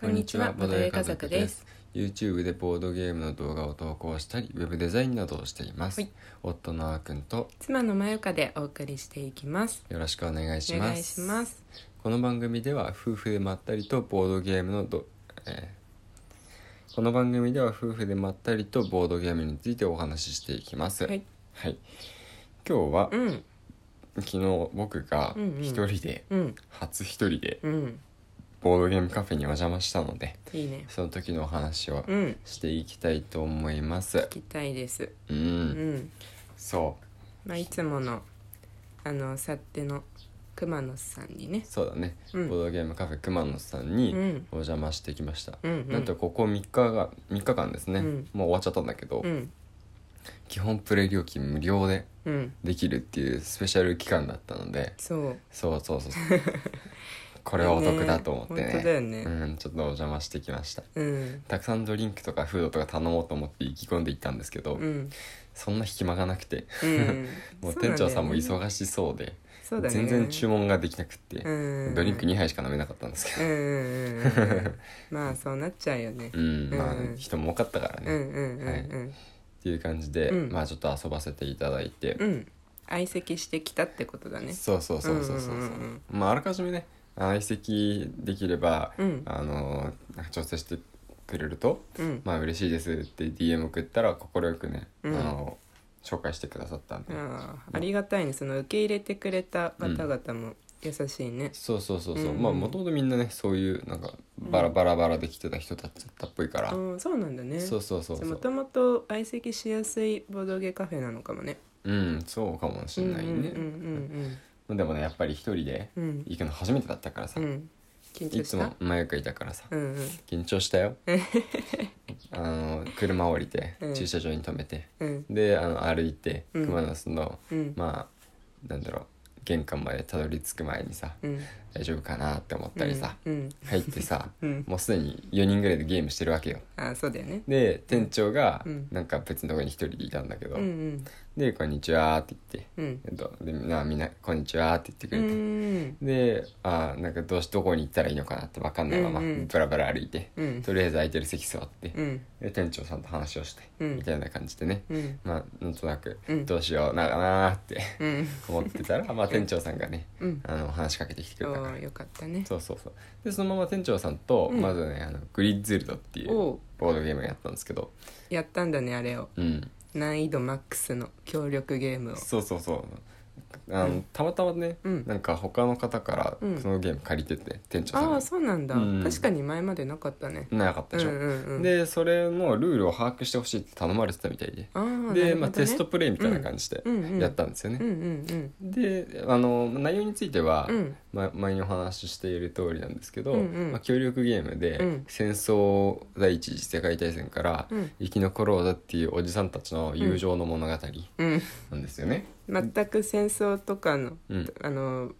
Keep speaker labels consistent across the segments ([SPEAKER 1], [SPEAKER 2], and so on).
[SPEAKER 1] こんにちは、ボドゲ家族です。。
[SPEAKER 2] YouTube でボードゲームの動画を投稿したり、ウェブデザインなどをしています。
[SPEAKER 1] はい
[SPEAKER 2] 夫のあーくんと
[SPEAKER 1] 妻のまゆかでお送りしていきます。
[SPEAKER 2] よろしくお願いし
[SPEAKER 1] お
[SPEAKER 2] ます。
[SPEAKER 1] 願いします。
[SPEAKER 2] この番組では夫婦でまったりとボードゲームのど、えーこの番組では夫婦でまったりとボードゲームについてお話ししていきます。
[SPEAKER 1] はい、
[SPEAKER 2] はい今日は、
[SPEAKER 1] うん、
[SPEAKER 2] 昨日僕が
[SPEAKER 1] うんうん
[SPEAKER 2] 一人で、
[SPEAKER 1] うん、
[SPEAKER 2] 初一人で
[SPEAKER 1] うん、
[SPEAKER 2] ボードゲームカフェにお邪魔したので、
[SPEAKER 1] いいね。
[SPEAKER 2] その時のお話を
[SPEAKER 1] うん、
[SPEAKER 2] していきたいと思います
[SPEAKER 1] 聞。きたいです。
[SPEAKER 2] う、
[SPEAKER 1] うんん、
[SPEAKER 2] そう。
[SPEAKER 1] まあ、いつもの、あの、さっての熊野さんにね。
[SPEAKER 2] そうだね、
[SPEAKER 1] うん
[SPEAKER 2] ボードゲームカフェ熊野さん
[SPEAKER 1] う
[SPEAKER 2] に
[SPEAKER 1] ん、
[SPEAKER 2] お邪魔してきました、
[SPEAKER 1] うん、うん、
[SPEAKER 2] なんとここ3日が3日間ですね、
[SPEAKER 1] うん
[SPEAKER 2] もう終わっちゃったんだけど、
[SPEAKER 1] うん、
[SPEAKER 2] 基本プレイ料金無料で
[SPEAKER 1] うん、
[SPEAKER 2] できるっていうスペシャル期間だったので
[SPEAKER 1] そう。
[SPEAKER 2] そうそうそう これはお得だと思ってね
[SPEAKER 1] ね本当だよね
[SPEAKER 2] うん、ちょっとお邪魔してきました
[SPEAKER 1] うん、
[SPEAKER 2] たくさんドリンクとかフードとか頼もうと思って意気込んでいったんですけど、
[SPEAKER 1] うん、
[SPEAKER 2] そんな暇がなくて
[SPEAKER 1] うん。
[SPEAKER 2] もう店長さんも
[SPEAKER 1] そうだね
[SPEAKER 2] 忙しそうで
[SPEAKER 1] そうだね。
[SPEAKER 2] 全然注文ができなくって、
[SPEAKER 1] うん
[SPEAKER 2] ドリンク2杯しか飲めなかったんですけど
[SPEAKER 1] うんうんうん うん、まあそうなっちゃうよね。
[SPEAKER 2] うん、まあ
[SPEAKER 1] うん
[SPEAKER 2] 人も多かったから
[SPEAKER 1] う
[SPEAKER 2] ね、
[SPEAKER 1] ん
[SPEAKER 2] っ
[SPEAKER 1] うんうん
[SPEAKER 2] ていう感じで、
[SPEAKER 1] うん
[SPEAKER 2] まあちょっと遊ばせていただいて
[SPEAKER 1] う、ん。うん。相席してきたってことだね。
[SPEAKER 2] そうそうそうそうそう,、
[SPEAKER 1] うんうんうん
[SPEAKER 2] まああらかじめね相席できれば、
[SPEAKER 1] うん
[SPEAKER 2] あのなんか調整してくれると
[SPEAKER 1] うん。
[SPEAKER 2] まあ嬉しいですって DM 送ったら快くね、
[SPEAKER 1] うん
[SPEAKER 2] あの紹介してくださったんで、
[SPEAKER 1] ああありがたいねその受け入れてくれた方々も優しいね、
[SPEAKER 2] そうそうそうそう、
[SPEAKER 1] うんうん
[SPEAKER 2] まあもともとみんなねそういうなんかバラバラバラできてた人たちだったっぽいから、
[SPEAKER 1] うん、そうなんだね
[SPEAKER 2] そうそうそうそ
[SPEAKER 1] も
[SPEAKER 2] う
[SPEAKER 1] ともと相席しやすいボードゲカフェなのかもね
[SPEAKER 2] うんそうかもしれないね、
[SPEAKER 1] うんうん
[SPEAKER 2] でもねやっぱり一人で
[SPEAKER 1] うんうん
[SPEAKER 2] 行くの初めてだったから
[SPEAKER 1] う
[SPEAKER 2] さ、
[SPEAKER 1] んうん緊
[SPEAKER 2] い
[SPEAKER 1] 張し
[SPEAKER 2] つ
[SPEAKER 1] た
[SPEAKER 2] も真由かいたからさ
[SPEAKER 1] うんうん
[SPEAKER 2] 緊張し たよあの車降りて
[SPEAKER 1] うん
[SPEAKER 2] 駐車場に止めて、
[SPEAKER 1] うん
[SPEAKER 2] であの歩いて
[SPEAKER 1] うん
[SPEAKER 2] 熊野巣の、
[SPEAKER 1] うん
[SPEAKER 2] まあなんだろう玄関までたどり着く前にさ
[SPEAKER 1] うん
[SPEAKER 2] 大丈夫かなって思ったりさ、
[SPEAKER 1] うん
[SPEAKER 2] 入っ てさ
[SPEAKER 1] うん
[SPEAKER 2] もうすでに4人ぐらいでゲームしてるわけよ
[SPEAKER 1] ああそうだよね
[SPEAKER 2] で店長が
[SPEAKER 1] うん
[SPEAKER 2] なんか別のとこに一人でいたんだけど「
[SPEAKER 1] うんうん
[SPEAKER 2] でこんにちは」って言って
[SPEAKER 1] うん
[SPEAKER 2] えっとでなみんな「こんにちは」って言ってく
[SPEAKER 1] う
[SPEAKER 2] れて、
[SPEAKER 1] ん
[SPEAKER 2] であーなんかどうしどこに行ったらいいのかなって分かんないまま
[SPEAKER 1] うんうん
[SPEAKER 2] ブラブラ歩いて、
[SPEAKER 1] うん
[SPEAKER 2] とりあえず空いてる席座って、
[SPEAKER 1] うん
[SPEAKER 2] で店長さんと話をして、
[SPEAKER 1] うん
[SPEAKER 2] みたいな感じでね、
[SPEAKER 1] うん
[SPEAKER 2] まあなんとなく
[SPEAKER 1] うん
[SPEAKER 2] どうしようなかなーって
[SPEAKER 1] うん
[SPEAKER 2] 思ってたら、まあ、店長さんがね
[SPEAKER 1] うん
[SPEAKER 2] あの話しかけてきて
[SPEAKER 1] お
[SPEAKER 2] くれたから
[SPEAKER 1] ー。よかったね
[SPEAKER 2] そうそうそうでそのまま店長さんと、
[SPEAKER 1] うん
[SPEAKER 2] まずねあのグリッズルドっていう
[SPEAKER 1] おう
[SPEAKER 2] ボードゲームをやったんですけど
[SPEAKER 1] やったんだねあれを
[SPEAKER 2] うん
[SPEAKER 1] 難易度マックスの協力ゲームを
[SPEAKER 2] そうそうそうあの、
[SPEAKER 1] うん
[SPEAKER 2] たまたまね、
[SPEAKER 1] うん
[SPEAKER 2] なんか他の方から
[SPEAKER 1] うん
[SPEAKER 2] そのゲーム借りてて、店長さん
[SPEAKER 1] あ
[SPEAKER 2] が
[SPEAKER 1] あそうなんだ、
[SPEAKER 2] うん
[SPEAKER 1] 確かに前までなかったね
[SPEAKER 2] なかったでしょ、
[SPEAKER 1] うんうんうん、
[SPEAKER 2] でそれのルールを把握してほしいって頼まれてたみたいで、
[SPEAKER 1] あーなるほどね
[SPEAKER 2] で、まあ、テストプレイみたいな感じで
[SPEAKER 1] うんうん
[SPEAKER 2] やったんですよね、
[SPEAKER 1] うんうん
[SPEAKER 2] であの内容については、
[SPEAKER 1] うん
[SPEAKER 2] ま、前にお話ししている通りなんですけど、
[SPEAKER 1] うんうん
[SPEAKER 2] まあ、協力ゲームで、
[SPEAKER 1] うん
[SPEAKER 2] 戦争第一次世界大戦から
[SPEAKER 1] うん
[SPEAKER 2] 生き残ろうだっていうおじさんたちの友情の物語
[SPEAKER 1] うん、
[SPEAKER 2] なんですよね、
[SPEAKER 1] うん、全く戦争とかの、
[SPEAKER 2] うん
[SPEAKER 1] あの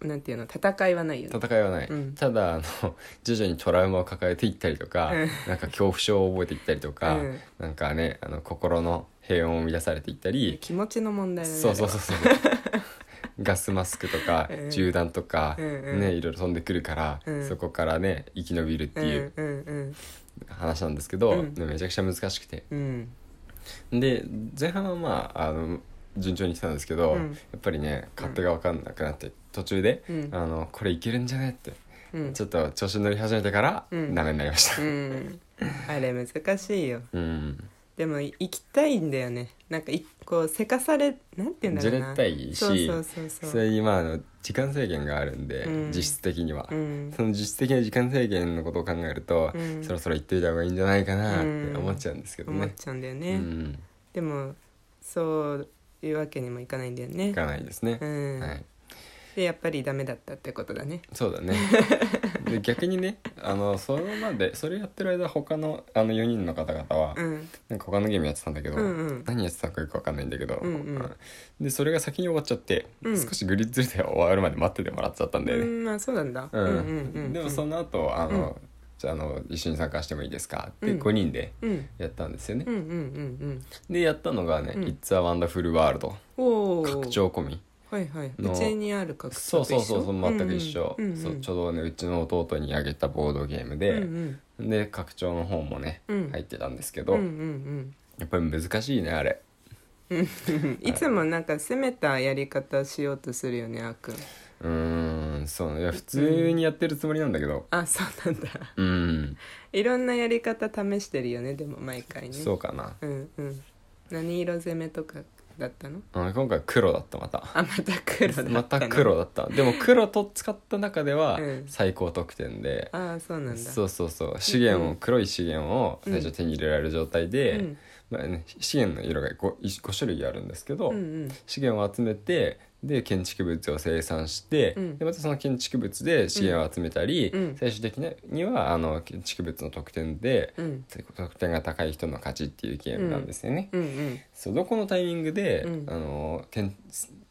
[SPEAKER 1] なんていうの戦いはないよね
[SPEAKER 2] 戦いはない、
[SPEAKER 1] うん
[SPEAKER 2] ただあの 徐々にトラウマを抱えていったりとか、
[SPEAKER 1] うん
[SPEAKER 2] なんか恐怖症を覚えていったりとか、
[SPEAKER 1] うん
[SPEAKER 2] なんかねあの心の平穏を乱されていったり、
[SPEAKER 1] 気持ちの問題だね
[SPEAKER 2] そうそうそうそう ガスマスクとか
[SPEAKER 1] うん
[SPEAKER 2] 銃弾とか、
[SPEAKER 1] うんうん
[SPEAKER 2] ねいろいろ飛んでくるから、
[SPEAKER 1] うん
[SPEAKER 2] そこからね生き延びるって
[SPEAKER 1] あれ
[SPEAKER 2] い
[SPEAKER 1] は
[SPEAKER 2] う
[SPEAKER 1] うんうん
[SPEAKER 2] 話なんですけど、
[SPEAKER 1] うん
[SPEAKER 2] めちゃくちゃ難しくて
[SPEAKER 1] うんうん
[SPEAKER 2] で前半はまああの順調に来たんですけど、
[SPEAKER 1] うん
[SPEAKER 2] やっぱりね勝手が分かんなくなって途中で、
[SPEAKER 1] うん
[SPEAKER 2] あのこれいけるんじゃねって、
[SPEAKER 1] うん
[SPEAKER 2] ちょっと調子に乗り始めてから、
[SPEAKER 1] うん
[SPEAKER 2] ダメになりまし た
[SPEAKER 1] う。んあれ難しいよ
[SPEAKER 2] うん
[SPEAKER 1] でもい行きたいんだよねなんかいこうせかされなんていうんだ
[SPEAKER 2] じ
[SPEAKER 1] ろう
[SPEAKER 2] れ
[SPEAKER 1] な
[SPEAKER 2] ったい
[SPEAKER 1] そう
[SPEAKER 2] し
[SPEAKER 1] そうそうそう
[SPEAKER 2] それにまああの時間制限があるんで、
[SPEAKER 1] うん
[SPEAKER 2] 実質的には、
[SPEAKER 1] うん
[SPEAKER 2] その実質的な時間制限のことを考えると、
[SPEAKER 1] うん
[SPEAKER 2] そろそろ行っといた方がいいんじゃないかなって思っちゃうんですけど
[SPEAKER 1] 思っ
[SPEAKER 2] ね。
[SPEAKER 1] ちゃうんだよ
[SPEAKER 2] う
[SPEAKER 1] ね、
[SPEAKER 2] ん、
[SPEAKER 1] でもそういうわけにもいかないんだよね
[SPEAKER 2] いかないですね
[SPEAKER 1] う。ん、
[SPEAKER 2] はい、
[SPEAKER 1] でやっぱりダメだったってことだね
[SPEAKER 2] そうだね。 で逆にね、あのそのまでそれやってる間他のあの4人の方々は、
[SPEAKER 1] うん
[SPEAKER 2] なんか他のゲームやってたんだけど、
[SPEAKER 1] うんうん
[SPEAKER 2] 何やってたのかよくわかんないんだけど、
[SPEAKER 1] うんうん
[SPEAKER 2] でそれが先に終わっちゃって、
[SPEAKER 1] うん
[SPEAKER 2] 少しグリッズで終わるまで待っててもらっちゃったんだ
[SPEAKER 1] う
[SPEAKER 2] よね。
[SPEAKER 1] んまあそうなんだ、
[SPEAKER 2] うん
[SPEAKER 1] うんうんうん
[SPEAKER 2] でもその後あの、じゃああの一緒に参加してもいいですかって
[SPEAKER 1] うん
[SPEAKER 2] 5人で
[SPEAKER 1] うん
[SPEAKER 2] やったんですよね
[SPEAKER 1] う、んうんうんうん
[SPEAKER 2] でやったのがね「
[SPEAKER 1] うん
[SPEAKER 2] It's a Wonderful World
[SPEAKER 1] お」お
[SPEAKER 2] 拡張込み
[SPEAKER 1] はいはい
[SPEAKER 2] の
[SPEAKER 1] うちにある格闘
[SPEAKER 2] そうそうそうそう全く一緒、
[SPEAKER 1] うんうん、
[SPEAKER 2] そうちょうどねうちの弟にあげたボードゲームで、
[SPEAKER 1] うん
[SPEAKER 2] で拡張の方もね、
[SPEAKER 1] うん
[SPEAKER 2] 入ってたんですけ
[SPEAKER 1] う
[SPEAKER 2] ど、
[SPEAKER 1] んうんうん
[SPEAKER 2] やっぱり難しいねあれ
[SPEAKER 1] うんいつもなんか攻めたやり方しようとするよねあーくん
[SPEAKER 2] うーんそうねいや普通にやってるつもりなんだけど
[SPEAKER 1] あそうなんだ
[SPEAKER 2] うん、
[SPEAKER 1] いろんなやり方試してるよねでも毎回ね
[SPEAKER 2] そうかな
[SPEAKER 1] うんうん何色攻めとかだったの
[SPEAKER 2] あ今回黒だったまた
[SPEAKER 1] あまた黒だったの
[SPEAKER 2] また黒だったでも黒と使った中では
[SPEAKER 1] うん
[SPEAKER 2] 最高得点で、
[SPEAKER 1] ああそうなんだ
[SPEAKER 2] そうそうそう資源を、
[SPEAKER 1] うん
[SPEAKER 2] 黒い資源を最初手に入れられる状態で、
[SPEAKER 1] うん
[SPEAKER 2] まあね、資源の色が 5, 5種類あるんですけど、
[SPEAKER 1] うんうん
[SPEAKER 2] 資源を集めてで建築物を生産して、
[SPEAKER 1] うん
[SPEAKER 2] でまたその建築物で資源を集めたり、
[SPEAKER 1] うん
[SPEAKER 2] 最終的にはあの建築物の得点で、
[SPEAKER 1] うん
[SPEAKER 2] 得点が高い人の勝ちっていうゲームなんですよね。
[SPEAKER 1] うんうん
[SPEAKER 2] そうどこのタイミングで、
[SPEAKER 1] うん
[SPEAKER 2] あのけん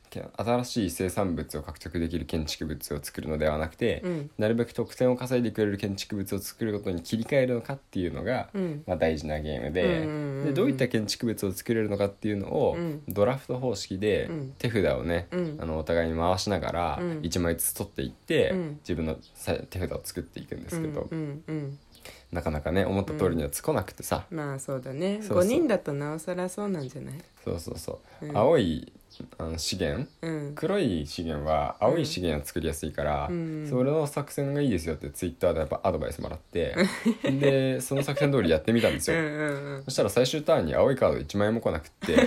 [SPEAKER 2] けん新しい生産物を獲得できる建築物を作るのではなくて、
[SPEAKER 1] うん
[SPEAKER 2] なるべく得点を稼いでくれる建築物を作ることに切り替えるのかっていうのが、
[SPEAKER 1] うん
[SPEAKER 2] まあ、大事なゲームで,、
[SPEAKER 1] うんうんうん
[SPEAKER 2] でどういった建築物を作れるのかっていうのを、
[SPEAKER 1] うん
[SPEAKER 2] ドラフト方式で
[SPEAKER 1] うん
[SPEAKER 2] 手札をね、
[SPEAKER 1] うん
[SPEAKER 2] あのお互いに回しながら
[SPEAKER 1] うん
[SPEAKER 2] 1枚ずつ取っていって、
[SPEAKER 1] うん
[SPEAKER 2] 自分のさ手札を作っていくんですけど、
[SPEAKER 1] うんうんうん
[SPEAKER 2] なかなかね思った通りにはつこなくてさ、
[SPEAKER 1] まあそうだね
[SPEAKER 2] そうそう
[SPEAKER 1] 五人だとなおさらそうなんじゃない
[SPEAKER 2] そうそうそう、
[SPEAKER 1] うん
[SPEAKER 2] 青いあの資源
[SPEAKER 1] うん
[SPEAKER 2] 黒い資源は青い資源を作りやすいから、
[SPEAKER 1] うん
[SPEAKER 2] それの作戦がいいですよってツイッターでやっぱアドバイスもらってでその作戦通りやってみたんで す
[SPEAKER 1] うん
[SPEAKER 2] よ、
[SPEAKER 1] うんうん
[SPEAKER 2] そしたら最終ターンに青いカード1枚も来なくって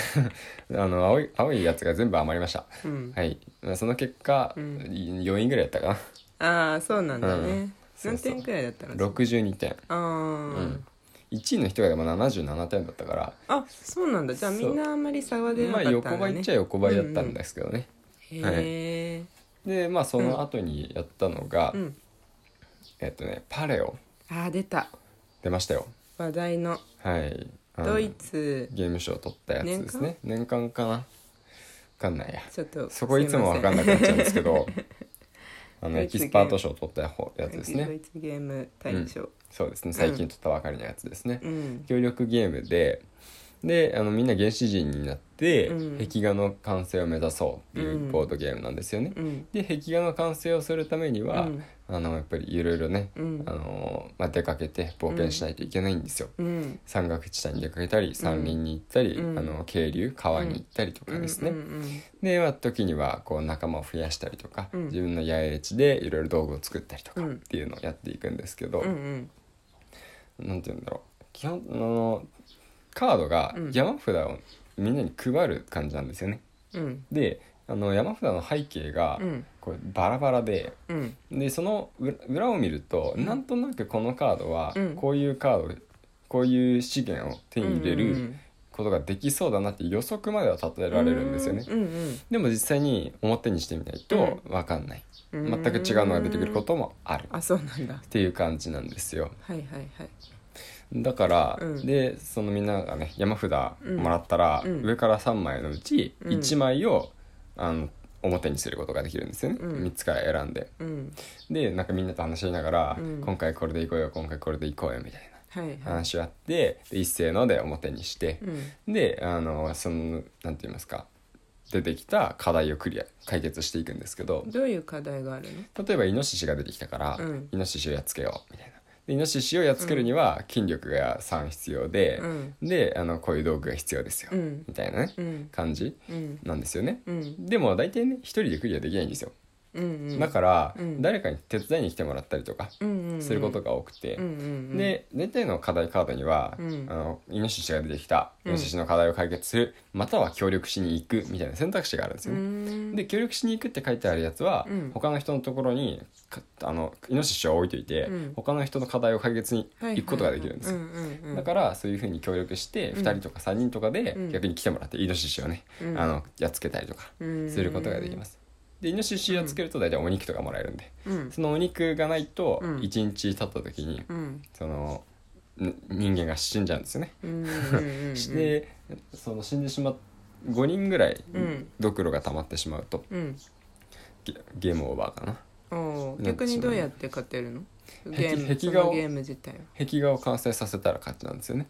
[SPEAKER 2] あの青い青いやつが全部余りました、
[SPEAKER 1] うん
[SPEAKER 2] はいその結果、
[SPEAKER 1] うん
[SPEAKER 2] 4位ぐらいやったか
[SPEAKER 1] ああそうなんだ
[SPEAKER 2] う
[SPEAKER 1] ね
[SPEAKER 2] んそう
[SPEAKER 1] 何
[SPEAKER 2] そう
[SPEAKER 1] 点くらいだった
[SPEAKER 2] な
[SPEAKER 1] の
[SPEAKER 2] 62点
[SPEAKER 1] あ
[SPEAKER 2] う
[SPEAKER 1] ー
[SPEAKER 2] ん1位の人がでも77点だったから
[SPEAKER 1] あそうなんだじゃあ
[SPEAKER 2] そう
[SPEAKER 1] みんなあんまり差は出な
[SPEAKER 2] ま
[SPEAKER 1] か
[SPEAKER 2] あ
[SPEAKER 1] ったん
[SPEAKER 2] 横
[SPEAKER 1] だね
[SPEAKER 2] ばいっちゃ横ばいだったんですけどね、
[SPEAKER 1] へ
[SPEAKER 2] はい
[SPEAKER 1] え
[SPEAKER 2] でまあその後にやったのが、
[SPEAKER 1] うん
[SPEAKER 2] えっとねパレオ
[SPEAKER 1] あー出た
[SPEAKER 2] 出ましたよ
[SPEAKER 1] 話題の
[SPEAKER 2] はいあの
[SPEAKER 1] ドイツ
[SPEAKER 2] ゲームショー取ったやつですね年間かなわかんないや
[SPEAKER 1] ちょっと
[SPEAKER 2] そこいつも分かんなくなっちゃうんですけどあの
[SPEAKER 1] ド
[SPEAKER 2] エ
[SPEAKER 1] イツ
[SPEAKER 2] キ
[SPEAKER 1] ゲーム
[SPEAKER 2] スパート賞取った方や
[SPEAKER 1] すいま
[SPEAKER 2] つ
[SPEAKER 1] せん
[SPEAKER 2] です
[SPEAKER 1] ド
[SPEAKER 2] ね
[SPEAKER 1] イツゲーム大賞
[SPEAKER 2] そうですね最近取ったばかりのやつですね、
[SPEAKER 1] うん
[SPEAKER 2] 協力ゲームでであのみんな原始人になって、
[SPEAKER 1] うん
[SPEAKER 2] 壁画の完成を目指そうっていううんボードゲームなんですよね、
[SPEAKER 1] うん
[SPEAKER 2] で壁画の完成をするためには、
[SPEAKER 1] うん
[SPEAKER 2] あのやっぱりいろいろね、
[SPEAKER 1] うん
[SPEAKER 2] あのまあ、出かけて冒険しないといけないんですよ、
[SPEAKER 1] うん
[SPEAKER 2] 山岳地帯に出かけたり山林に行ったり、
[SPEAKER 1] うん
[SPEAKER 2] あの渓流川に行ったりと
[SPEAKER 1] う
[SPEAKER 2] か
[SPEAKER 1] ん
[SPEAKER 2] ですね、
[SPEAKER 1] うんうん
[SPEAKER 2] で、まあ、時にはこう仲間を増やしたりとか、
[SPEAKER 1] うん
[SPEAKER 2] 自分の野営地でいろいろ道具を作ったりとかっ
[SPEAKER 1] うん
[SPEAKER 2] ていうのをやっていくんですけど、
[SPEAKER 1] うんうん
[SPEAKER 2] なんて言うんだろう基本あのカードが
[SPEAKER 1] うん
[SPEAKER 2] 山札をみんなに配る感じなんですよね。
[SPEAKER 1] うん
[SPEAKER 2] であの山札の背景が
[SPEAKER 1] うん
[SPEAKER 2] こうバラバラで。
[SPEAKER 1] うん
[SPEAKER 2] でその裏裏を見ると、
[SPEAKER 1] ん
[SPEAKER 2] なんとなくこのカードは
[SPEAKER 1] うん
[SPEAKER 2] こういうカード、こういう資源を手に入れ
[SPEAKER 1] うんう
[SPEAKER 2] る
[SPEAKER 1] ん
[SPEAKER 2] ことができそうだなって予測までは立てられるんですよね。
[SPEAKER 1] うんうん
[SPEAKER 2] でも実際に表にしてみないと分かんない、
[SPEAKER 1] うん
[SPEAKER 2] 全く違うのが出てくることもあるっ
[SPEAKER 1] あそうなんだ
[SPEAKER 2] ていう感じなんですよ
[SPEAKER 1] はいはいはい
[SPEAKER 2] だから、
[SPEAKER 1] うん
[SPEAKER 2] でそのみんながね山札もらったら、
[SPEAKER 1] うん
[SPEAKER 2] 上から3枚のうち
[SPEAKER 1] うん
[SPEAKER 2] 1枚を、あの表にすることができるんですよね、
[SPEAKER 1] うん
[SPEAKER 2] 3つから選んで
[SPEAKER 1] うん
[SPEAKER 2] でなんかみんなと話しながら、
[SPEAKER 1] うん
[SPEAKER 2] 今回これでいこうよ今回これでいこうよみたい
[SPEAKER 1] はい
[SPEAKER 2] な
[SPEAKER 1] はい
[SPEAKER 2] 話をやってで一斉ので表にして、
[SPEAKER 1] うん
[SPEAKER 2] であのそのなんて言いますか出てきた課題をクリア解決していくんですけど、
[SPEAKER 1] どういう課題があるの
[SPEAKER 2] 例えばイノシシが出てきたから、
[SPEAKER 1] うん
[SPEAKER 2] イノシシをやっつけようみたいなでイノシシをやっつけるには筋力が3必要で
[SPEAKER 1] う、ん
[SPEAKER 2] であのこういう道具が必要ですよ、
[SPEAKER 1] うん
[SPEAKER 2] みたいなね、
[SPEAKER 1] うん
[SPEAKER 2] 感じ
[SPEAKER 1] うん
[SPEAKER 2] なんですよね、
[SPEAKER 1] うん
[SPEAKER 2] でも大体ね一人でクリアできないんですよ、
[SPEAKER 1] うん
[SPEAKER 2] だから、
[SPEAKER 1] うん
[SPEAKER 2] 誰かに手伝いに来てもらったりとか
[SPEAKER 1] ら
[SPEAKER 2] することが多くて、で大体の課題カードには、
[SPEAKER 1] うん
[SPEAKER 2] あのイノシシが出てきたイ
[SPEAKER 1] うん
[SPEAKER 2] ノシシの課題を解決する、または協力しに行くみたいな選択肢があるんですよね、で協力しに行くって書いてあるやつは、
[SPEAKER 1] うん
[SPEAKER 2] 他の人のところにかあのイノシシを置いといて、
[SPEAKER 1] うん
[SPEAKER 2] 他の人の課題を解決に行くことができるんですよ、だかららそういうふうに協力して
[SPEAKER 1] うん
[SPEAKER 2] 2人とか3人とかで
[SPEAKER 1] うん
[SPEAKER 2] 逆に来てもらってイノシシをね、
[SPEAKER 1] うん
[SPEAKER 2] あのやっつけたりとかすることができますす、でイノシシをやっつけると大体お肉とかもらえるんで
[SPEAKER 1] うん
[SPEAKER 2] そのお肉がないと
[SPEAKER 1] うん
[SPEAKER 2] 1日経った時に
[SPEAKER 1] うん
[SPEAKER 2] そのん人間が死んじゃうんですよね、
[SPEAKER 1] うんうん
[SPEAKER 2] でその死んでしまっ5人ぐらい
[SPEAKER 1] うん
[SPEAKER 2] ドクロが溜まってしまうと、
[SPEAKER 1] うん
[SPEAKER 2] ゲゲームオーバーかな
[SPEAKER 1] おー逆にどうやって勝てるのゲーム
[SPEAKER 2] 壁
[SPEAKER 1] そ
[SPEAKER 2] 画を
[SPEAKER 1] のゲーム自体は
[SPEAKER 2] 壁画を完成させたら勝ちなんですよね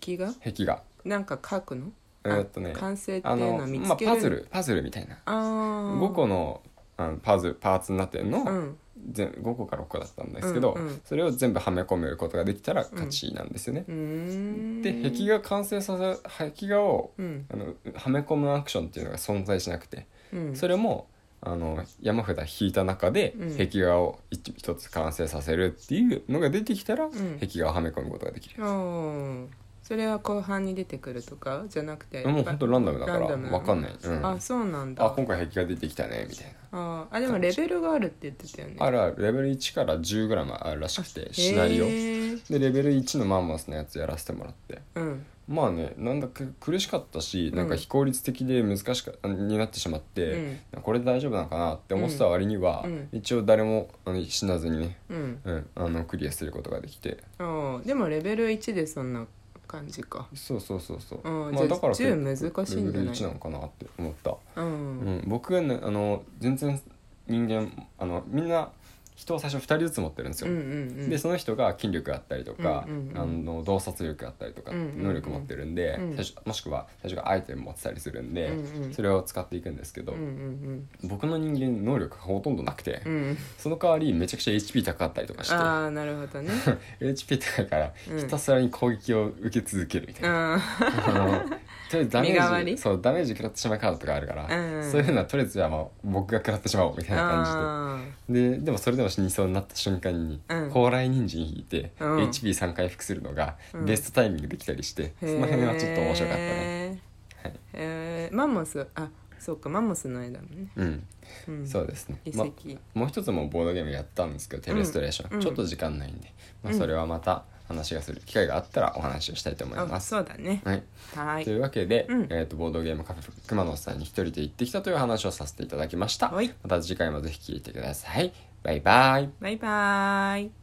[SPEAKER 1] 壁画
[SPEAKER 2] 壁画
[SPEAKER 1] なんか書くの
[SPEAKER 2] えーっとね
[SPEAKER 1] 完成ってい
[SPEAKER 2] あ
[SPEAKER 1] うの
[SPEAKER 2] の
[SPEAKER 1] は見、
[SPEAKER 2] ま
[SPEAKER 1] つ
[SPEAKER 2] あ、
[SPEAKER 1] ける
[SPEAKER 2] パズルパズルみたいな
[SPEAKER 1] あー
[SPEAKER 2] 5個のあのパズルパーツになってるの
[SPEAKER 1] う
[SPEAKER 2] を、
[SPEAKER 1] ん
[SPEAKER 2] 全5個か6個だったんですけど、
[SPEAKER 1] うんうん
[SPEAKER 2] それを全部はめ込むことができたら勝ちなんですよね
[SPEAKER 1] う、ーん
[SPEAKER 2] で壁画完成させ壁画を
[SPEAKER 1] うん
[SPEAKER 2] あのはめ込むアクションっていうのが存在しなくて、
[SPEAKER 1] うん
[SPEAKER 2] それもあの山札引いた中で
[SPEAKER 1] うん
[SPEAKER 2] 壁画を一一つ完成させるっていうのが出てきたら、
[SPEAKER 1] ん
[SPEAKER 2] 壁画をはめ込むことができる、
[SPEAKER 1] ああそれは後半に出てくるとかじゃなくて
[SPEAKER 2] もうほんとランダムだから
[SPEAKER 1] ランダム
[SPEAKER 2] わかんない、うん、
[SPEAKER 1] あ
[SPEAKER 2] あ
[SPEAKER 1] そうなんだ
[SPEAKER 2] 今回壁画出てきたねみたいな
[SPEAKER 1] あーあでもレベルがあるって言ってたよね
[SPEAKER 2] あ
[SPEAKER 1] る
[SPEAKER 2] るあるレベル1から10ぐらいまであるらしくてシナリオでレベル1のマンモスのやつやらせてもらって
[SPEAKER 1] うん
[SPEAKER 2] まあねなんだか苦しかったしなんか
[SPEAKER 1] うん
[SPEAKER 2] 非効率的で難しかになってしまって、これで大丈夫なのかなって思ってた割には、
[SPEAKER 1] うん
[SPEAKER 2] 一応誰もあの死なずにね、
[SPEAKER 1] うん
[SPEAKER 2] うん、あのクリアすることができて
[SPEAKER 1] あーでもレベル1でそんな感じか
[SPEAKER 2] そうそうそうそう
[SPEAKER 1] あーじゃあ
[SPEAKER 2] 結構
[SPEAKER 1] 10難しいんじゃない
[SPEAKER 2] レベル1なのかなって思った、
[SPEAKER 1] う
[SPEAKER 2] うん
[SPEAKER 1] ん、
[SPEAKER 2] 僕はねあの全然人間あのみんな人を最初2人ずつ持ってるんです
[SPEAKER 1] う
[SPEAKER 2] よ、
[SPEAKER 1] んうんうん
[SPEAKER 2] でその人が筋力があったりとか、
[SPEAKER 1] うんうんうん
[SPEAKER 2] あの洞察力があったりとか、
[SPEAKER 1] うんうんうん
[SPEAKER 2] 能力持ってるんで、
[SPEAKER 1] うん
[SPEAKER 2] 最初もしくは最初がアイテム持ってたりするんで、
[SPEAKER 1] うんうん
[SPEAKER 2] それを使っていくんですけど、
[SPEAKER 1] うんうん
[SPEAKER 2] 僕の人間能力がほとんどなくて、
[SPEAKER 1] うんうん
[SPEAKER 2] その代わりめちゃくちゃ HP 高かったりとかして
[SPEAKER 1] ああなるほどね
[SPEAKER 2] HP 高いから
[SPEAKER 1] うん
[SPEAKER 2] ひたすらに攻撃を受け続けるみたいな、
[SPEAKER 1] あー
[SPEAKER 2] あ のとりあえずダメ
[SPEAKER 1] 身代わ
[SPEAKER 2] ージ
[SPEAKER 1] り
[SPEAKER 2] そうダメージ食らってしまうカードとかあるから、
[SPEAKER 1] うん
[SPEAKER 2] そういうのはとりあえずはまあ僕が食らってしまおうみたいな感じで。
[SPEAKER 1] あ
[SPEAKER 2] ででもそれでも死にそうになった瞬間に
[SPEAKER 1] うん
[SPEAKER 2] 高麗人参引いて、
[SPEAKER 1] うん
[SPEAKER 2] HP3 回復するのが
[SPEAKER 1] うん
[SPEAKER 2] ベストタイミングできたりして、
[SPEAKER 1] ー
[SPEAKER 2] その辺はちょっと面白かったね。
[SPEAKER 1] へー
[SPEAKER 2] はい
[SPEAKER 1] へーマンモスあそうかマンモスの間もね、
[SPEAKER 2] うん、
[SPEAKER 1] うん、
[SPEAKER 2] そうですね、
[SPEAKER 1] 遺
[SPEAKER 2] ま
[SPEAKER 1] 跡、
[SPEAKER 2] もう一つもボードゲームやったんですけどテレストレーション、
[SPEAKER 1] うん
[SPEAKER 2] ちょっと時間ないんで、まあ、
[SPEAKER 1] うん
[SPEAKER 2] それはまた話がする機会があったらお話をしたいと思いま
[SPEAKER 1] あ
[SPEAKER 2] す。
[SPEAKER 1] そうだね
[SPEAKER 2] はい、
[SPEAKER 1] は
[SPEAKER 2] と
[SPEAKER 1] い
[SPEAKER 2] いうわけで、
[SPEAKER 1] うん
[SPEAKER 2] えー、とボードゲームカフェ熊野さんに一人で行ってきたという話をさせていただきました、
[SPEAKER 1] はい
[SPEAKER 2] また次回もぜひ聞いてくださいバイバイ
[SPEAKER 1] バイバーイ